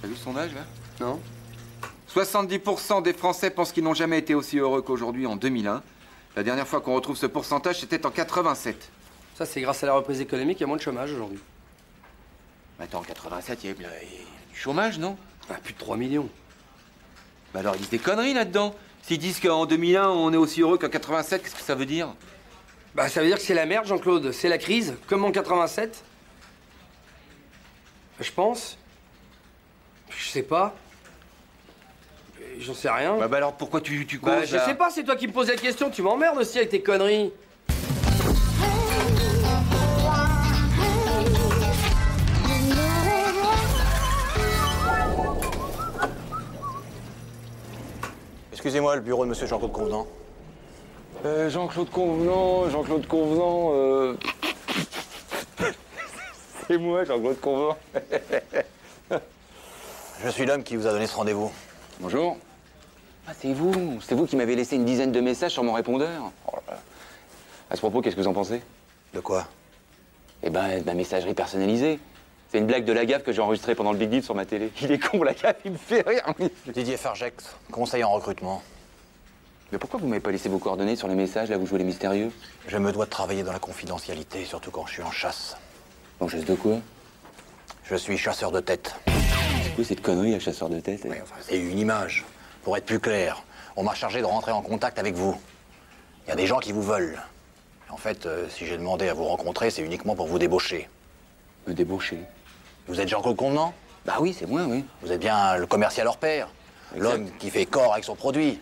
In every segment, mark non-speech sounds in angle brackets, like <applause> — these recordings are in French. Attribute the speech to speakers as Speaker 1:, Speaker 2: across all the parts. Speaker 1: T'as vu le sondage là Non. 70% des Français pensent qu'ils n'ont jamais été aussi heureux qu'aujourd'hui en 2001. La dernière fois qu'on retrouve ce pourcentage, c'était en 87.
Speaker 2: Ça, c'est grâce à la reprise économique, il y a moins de chômage aujourd'hui.
Speaker 1: Mais Bah, Attends, en 87, il y a eu le- il y a eu du chômage, non
Speaker 2: Ah, plus de 3 millions.
Speaker 1: Bah alors ils disent des conneries là-dedans. S'ils disent qu'en 2001, on est aussi heureux qu'en 87, qu'est-ce que ça veut dire
Speaker 2: Bah, ça veut dire que c'est la merde, Jean-Claude. C'est la crise, comme en 87. Je pense. Je sais pas. Euh, J'en sais rien.
Speaker 1: Bah, bah alors pourquoi tu, tu
Speaker 2: Bah,
Speaker 1: causes,
Speaker 2: je
Speaker 1: là
Speaker 2: sais pas, c'est toi qui me poses la question. Tu m'emmerdes aussi avec tes conneries.
Speaker 3: Excusez-moi, le bureau de Monsieur Jean-Claude Convenant.
Speaker 4: Euh, Jean-Claude Convenant, Jean-Claude Convenant, euh... <laughs> c'est moi, Jean-Claude Convenant.
Speaker 3: Je suis l'homme qui vous a donné ce rendez-vous.
Speaker 1: Bonjour. Ah, c'est vous C'est vous qui m'avez laissé une dizaine de messages sur mon répondeur. Oh là là. À ce propos, qu'est-ce que vous en pensez
Speaker 3: De quoi
Speaker 1: Eh ben, de ma messagerie personnalisée. C'est une blague de la gaffe que j'ai enregistrée pendant le Big Deal sur ma télé. Il est con, la gaffe, il me fait rire.
Speaker 3: Didier Fargex, conseiller en recrutement.
Speaker 1: Mais pourquoi vous m'avez pas laissé vos coordonnées sur les messages, là, vous jouez les mystérieux
Speaker 3: Je me dois de travailler dans la confidentialité, surtout quand je suis en chasse.
Speaker 1: Bon, chasse de quoi
Speaker 3: Je suis chasseur de tête.
Speaker 1: C'est quoi cette connerie, à chasseur de tête
Speaker 3: Mais enfin, c'est une image. Pour être plus clair, on m'a chargé de rentrer en contact avec vous. Il y a des gens qui vous veulent. En fait, euh, si j'ai demandé à vous rencontrer, c'est uniquement pour vous débaucher.
Speaker 1: Me débaucher.
Speaker 3: Vous êtes Jean-Claude Convenant
Speaker 1: Bah oui, c'est moi, oui.
Speaker 3: Vous êtes bien le commercial hors pair.
Speaker 1: Exact.
Speaker 3: L'homme qui fait corps avec son produit.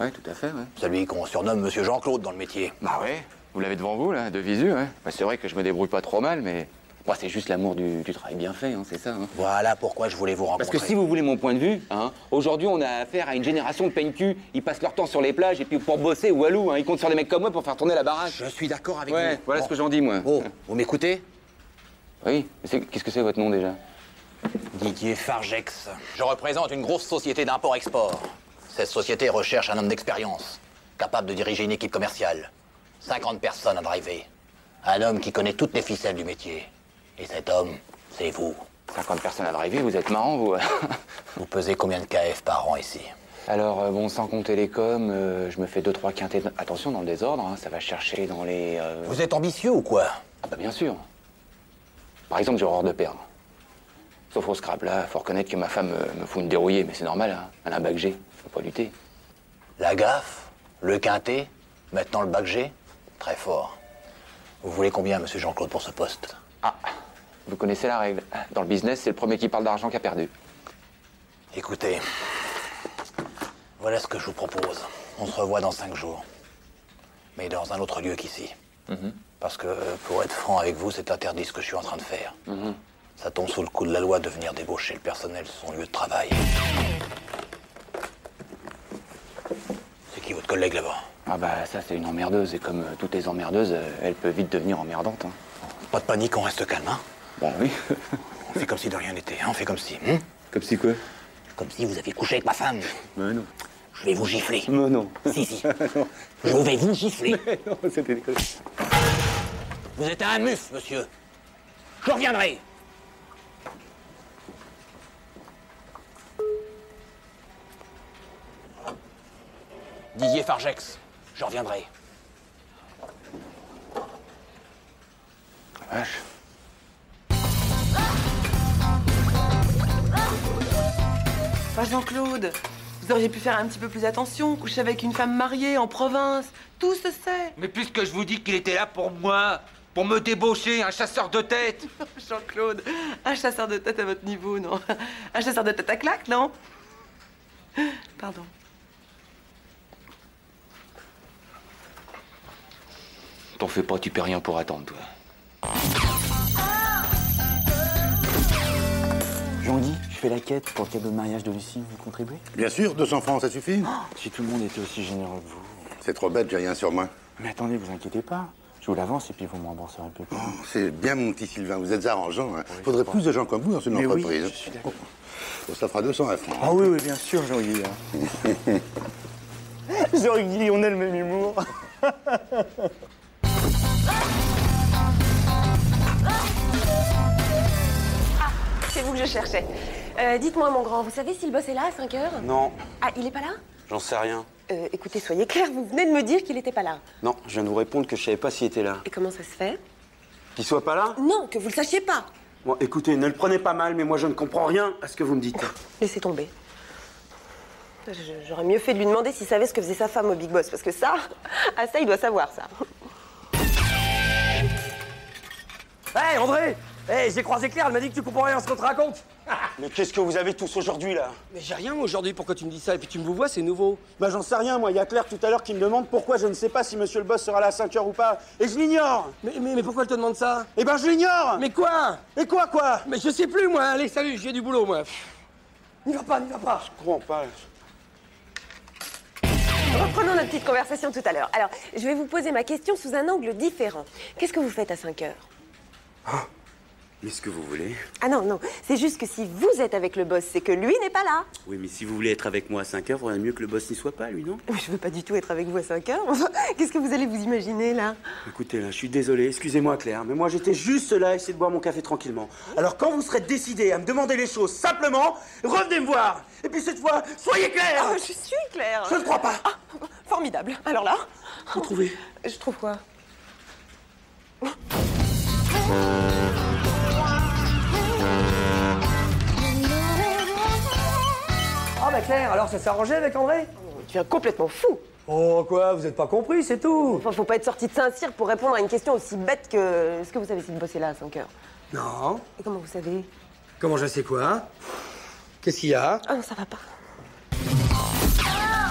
Speaker 1: Ouais, tout à fait, ouais.
Speaker 3: Celui qu'on surnomme Monsieur Jean-Claude dans le métier.
Speaker 1: Bah ouais, vous l'avez devant vous, là, de visu, ouais. Bah, c'est vrai que je me débrouille pas trop mal, mais... moi, c'est juste l'amour du, du travail bien fait, hein, c'est ça, hein.
Speaker 3: Voilà pourquoi je voulais vous rencontrer.
Speaker 1: Parce que si vous voulez mon point de vue, hein, aujourd'hui on a affaire à une génération de peine-cul. Ils passent leur temps sur les plages et puis pour bosser ou à loup, hein, ils comptent sur des mecs comme moi pour faire tourner la baraque.
Speaker 3: Je suis d'accord avec
Speaker 1: Ouais,
Speaker 3: vous.
Speaker 1: voilà
Speaker 3: Bon.
Speaker 1: ce que j'en dis moi.
Speaker 3: Oh, vous m'écoutez
Speaker 1: Oui, mais c'est- qu'est-ce que c'est votre nom déjà
Speaker 3: Didier Fargex. Je représente une grosse société d'import-export. Cette société recherche un homme d'expérience, capable de diriger une équipe commerciale. 50 personnes à driver. Un homme qui connaît toutes les ficelles du métier. Et cet homme, c'est vous.
Speaker 1: 50 personnes à driver, vous êtes marrant vous.
Speaker 3: Vous pesez combien de KF par an ici
Speaker 1: <laughs> Alors euh, bon, sans compter les coms, euh, je me fais 2-3 quintés. Attention dans le désordre, hein, ça va chercher dans les... euh,
Speaker 3: Vous êtes ambitieux ou quoi
Speaker 1: Ah bah bien sûr. Par exemple, j'ai horreur de perdre. Sauf au Scrabble, là, faut reconnaître que ma femme euh, me fout une dérouillée, mais c'est normal, hein. elle a un bac G, faut pas lutter.
Speaker 3: La gaffe, le quintet, maintenant le bac G Très fort. Vous voulez combien, monsieur Jean-Claude, pour ce poste
Speaker 1: Ah, vous connaissez la règle. Dans le business, c'est le premier qui parle d'argent qui a perdu.
Speaker 3: Écoutez, voilà ce que je vous propose. On se revoit dans cinq jours. Mais dans un autre lieu qu'ici. Parce que, pour être franc avec vous, c'est interdit ce que je suis en train de faire. Ça tombe sous le coup de la loi de venir débaucher le personnel sur son lieu de travail. C'est qui votre collègue là-bas
Speaker 1: Ah bah ça, c'est une emmerdeuse, et comme euh, toutes les emmerdeuses, euh, elle peut vite devenir emmerdante. Hein.
Speaker 3: Pas de panique, on reste calme, hein
Speaker 1: Bah oui.
Speaker 3: On fait comme si de rien n'était, hein On fait comme si, hein
Speaker 1: Comme si quoi
Speaker 3: Comme si vous aviez couché avec ma femme.
Speaker 1: Mais non.
Speaker 3: Je vais vous gifler.
Speaker 1: Non, non.
Speaker 3: Si,
Speaker 1: <laughs>
Speaker 3: si. Je vais vous gifler.
Speaker 1: non, c'était
Speaker 3: Vous êtes un muf, monsieur. Je reviendrai. Didier Fargex, je reviendrai.
Speaker 1: Vache.
Speaker 5: Pas Jean-Claude, vous auriez pu faire un petit peu plus attention, coucher avec une femme mariée en province, tout se sait.
Speaker 1: <laughs> Mais puisque je vous dis qu'il était là pour moi, pour me débaucher, un chasseur de tête
Speaker 5: Jean-Claude, un chasseur de tête à votre niveau, non Un chasseur de tête à claque, non Pardon.
Speaker 1: T'en fais pas, tu perds rien pour attendre, toi.
Speaker 3: Jean-Guy, je fais la quête pour le cadeau de mariage de Lucie, vous contribuez
Speaker 6: Bien sûr, 200 francs, ça suffit
Speaker 3: Si tout le monde était aussi généreux que vous.
Speaker 6: C'est trop bête, j'ai rien sur moi.
Speaker 3: Mais attendez, vous inquiétez pas. Je vous l'avance et puis vous me remboursez un peu plus. tard.
Speaker 6: C'est bien, mon petit Sylvain, vous êtes arrangeant. hein. Faudrait plus de gens comme vous dans une
Speaker 3: Mais oui,
Speaker 6: entreprise.
Speaker 3: je suis d'accord.
Speaker 6: Oh, ça fera 200 à francs.
Speaker 3: Ah oui, oui, bien sûr, Jean-Guy. <laughs> hein. Jean-Guy, on a le même humour.
Speaker 7: C'est vous que je cherchais. Euh, Dites-moi, mon grand, vous savez si le boss est là à 5 heures
Speaker 8: Non,
Speaker 7: Ah, il est pas là
Speaker 8: j'en sais rien.
Speaker 7: Euh, Écoutez, soyez clair, vous venez de me dire qu'il était pas là.
Speaker 8: Non, je viens de vous répondre que je savais pas s'il était là.
Speaker 7: Et comment ça se fait
Speaker 8: Qu'il soit pas là
Speaker 7: Non, que vous le sachiez pas.
Speaker 8: Bon, écoutez, ne le prenez pas mal, mais moi je ne comprends rien à ce que vous me dites.
Speaker 7: Laissez tomber. Je- J'aurais mieux fait de lui demander s'il savait ce que faisait sa femme au Big Boss, parce que ça, <laughs> à ça, il doit savoir, ça.
Speaker 2: Hey André Hey, j'ai croisé Claire, elle m'a dit que tu comprends rien à ce qu'on te raconte
Speaker 8: <laughs> Mais qu'est-ce que vous avez tous aujourd'hui là
Speaker 2: Mais j'ai rien moi, aujourd'hui, pourquoi tu me dis ça Et puis tu me vois, c'est nouveau.
Speaker 8: Bah j'en sais rien, moi. Il y a Claire tout à l'heure qui me demande pourquoi je ne sais pas si monsieur le boss sera là à 5 heures ou pas. Et je l'ignore
Speaker 2: Mais, mais, mais pourquoi elle te demande ça
Speaker 8: Eh ben je l'ignore
Speaker 2: Mais quoi
Speaker 8: Et quoi, quoi
Speaker 2: Mais je sais plus moi, allez salut, j'ai du boulot moi. Pff. N'y va pas, n'y va pas
Speaker 8: Je comprends pas.
Speaker 7: Reprenons notre petite conversation tout à l'heure. Alors, je vais vous poser ma question sous un angle différent. Qu'est-ce que vous faites à 5 heures
Speaker 8: Mais ce que vous voulez
Speaker 7: Ah non, non, c'est juste que si vous êtes avec le boss, c'est que lui n'est pas là.
Speaker 8: Oui, mais si vous voulez être avec moi à 5 heures, il vaudrait mieux que le boss n'y soit pas, lui, non
Speaker 7: Je veux pas du tout être avec vous à 5 heures. <laughs> Enfin, Qu'est-ce que vous allez vous imaginer là
Speaker 8: Écoutez, là, je suis désolé, excusez-moi Claire, mais moi j'étais juste là à essayer de boire mon café tranquillement. Alors quand vous serez décidé à me demander les choses simplement, revenez me voir Et puis cette fois, soyez clair
Speaker 7: Oh, je suis Claire
Speaker 8: Je ne crois pas
Speaker 7: Ah, Formidable Alors là
Speaker 8: Vous trouvez
Speaker 7: Je trouve quoi
Speaker 2: Ah bah Claire, alors ça s'est arrangé avec André
Speaker 7: Tu deviens complètement fou
Speaker 2: Oh quoi, vous êtes pas compris, c'est tout
Speaker 7: Enfin, faut pas être sorti de Saint-Cyr pour répondre à une question aussi bête que... Est-ce que vous savez si le boss est là à 5 heures
Speaker 2: Non.
Speaker 7: Et comment vous savez
Speaker 2: Comment je sais quoi hein Qu'est-ce qu'il y a
Speaker 7: Ah non, ça va pas.
Speaker 3: Ah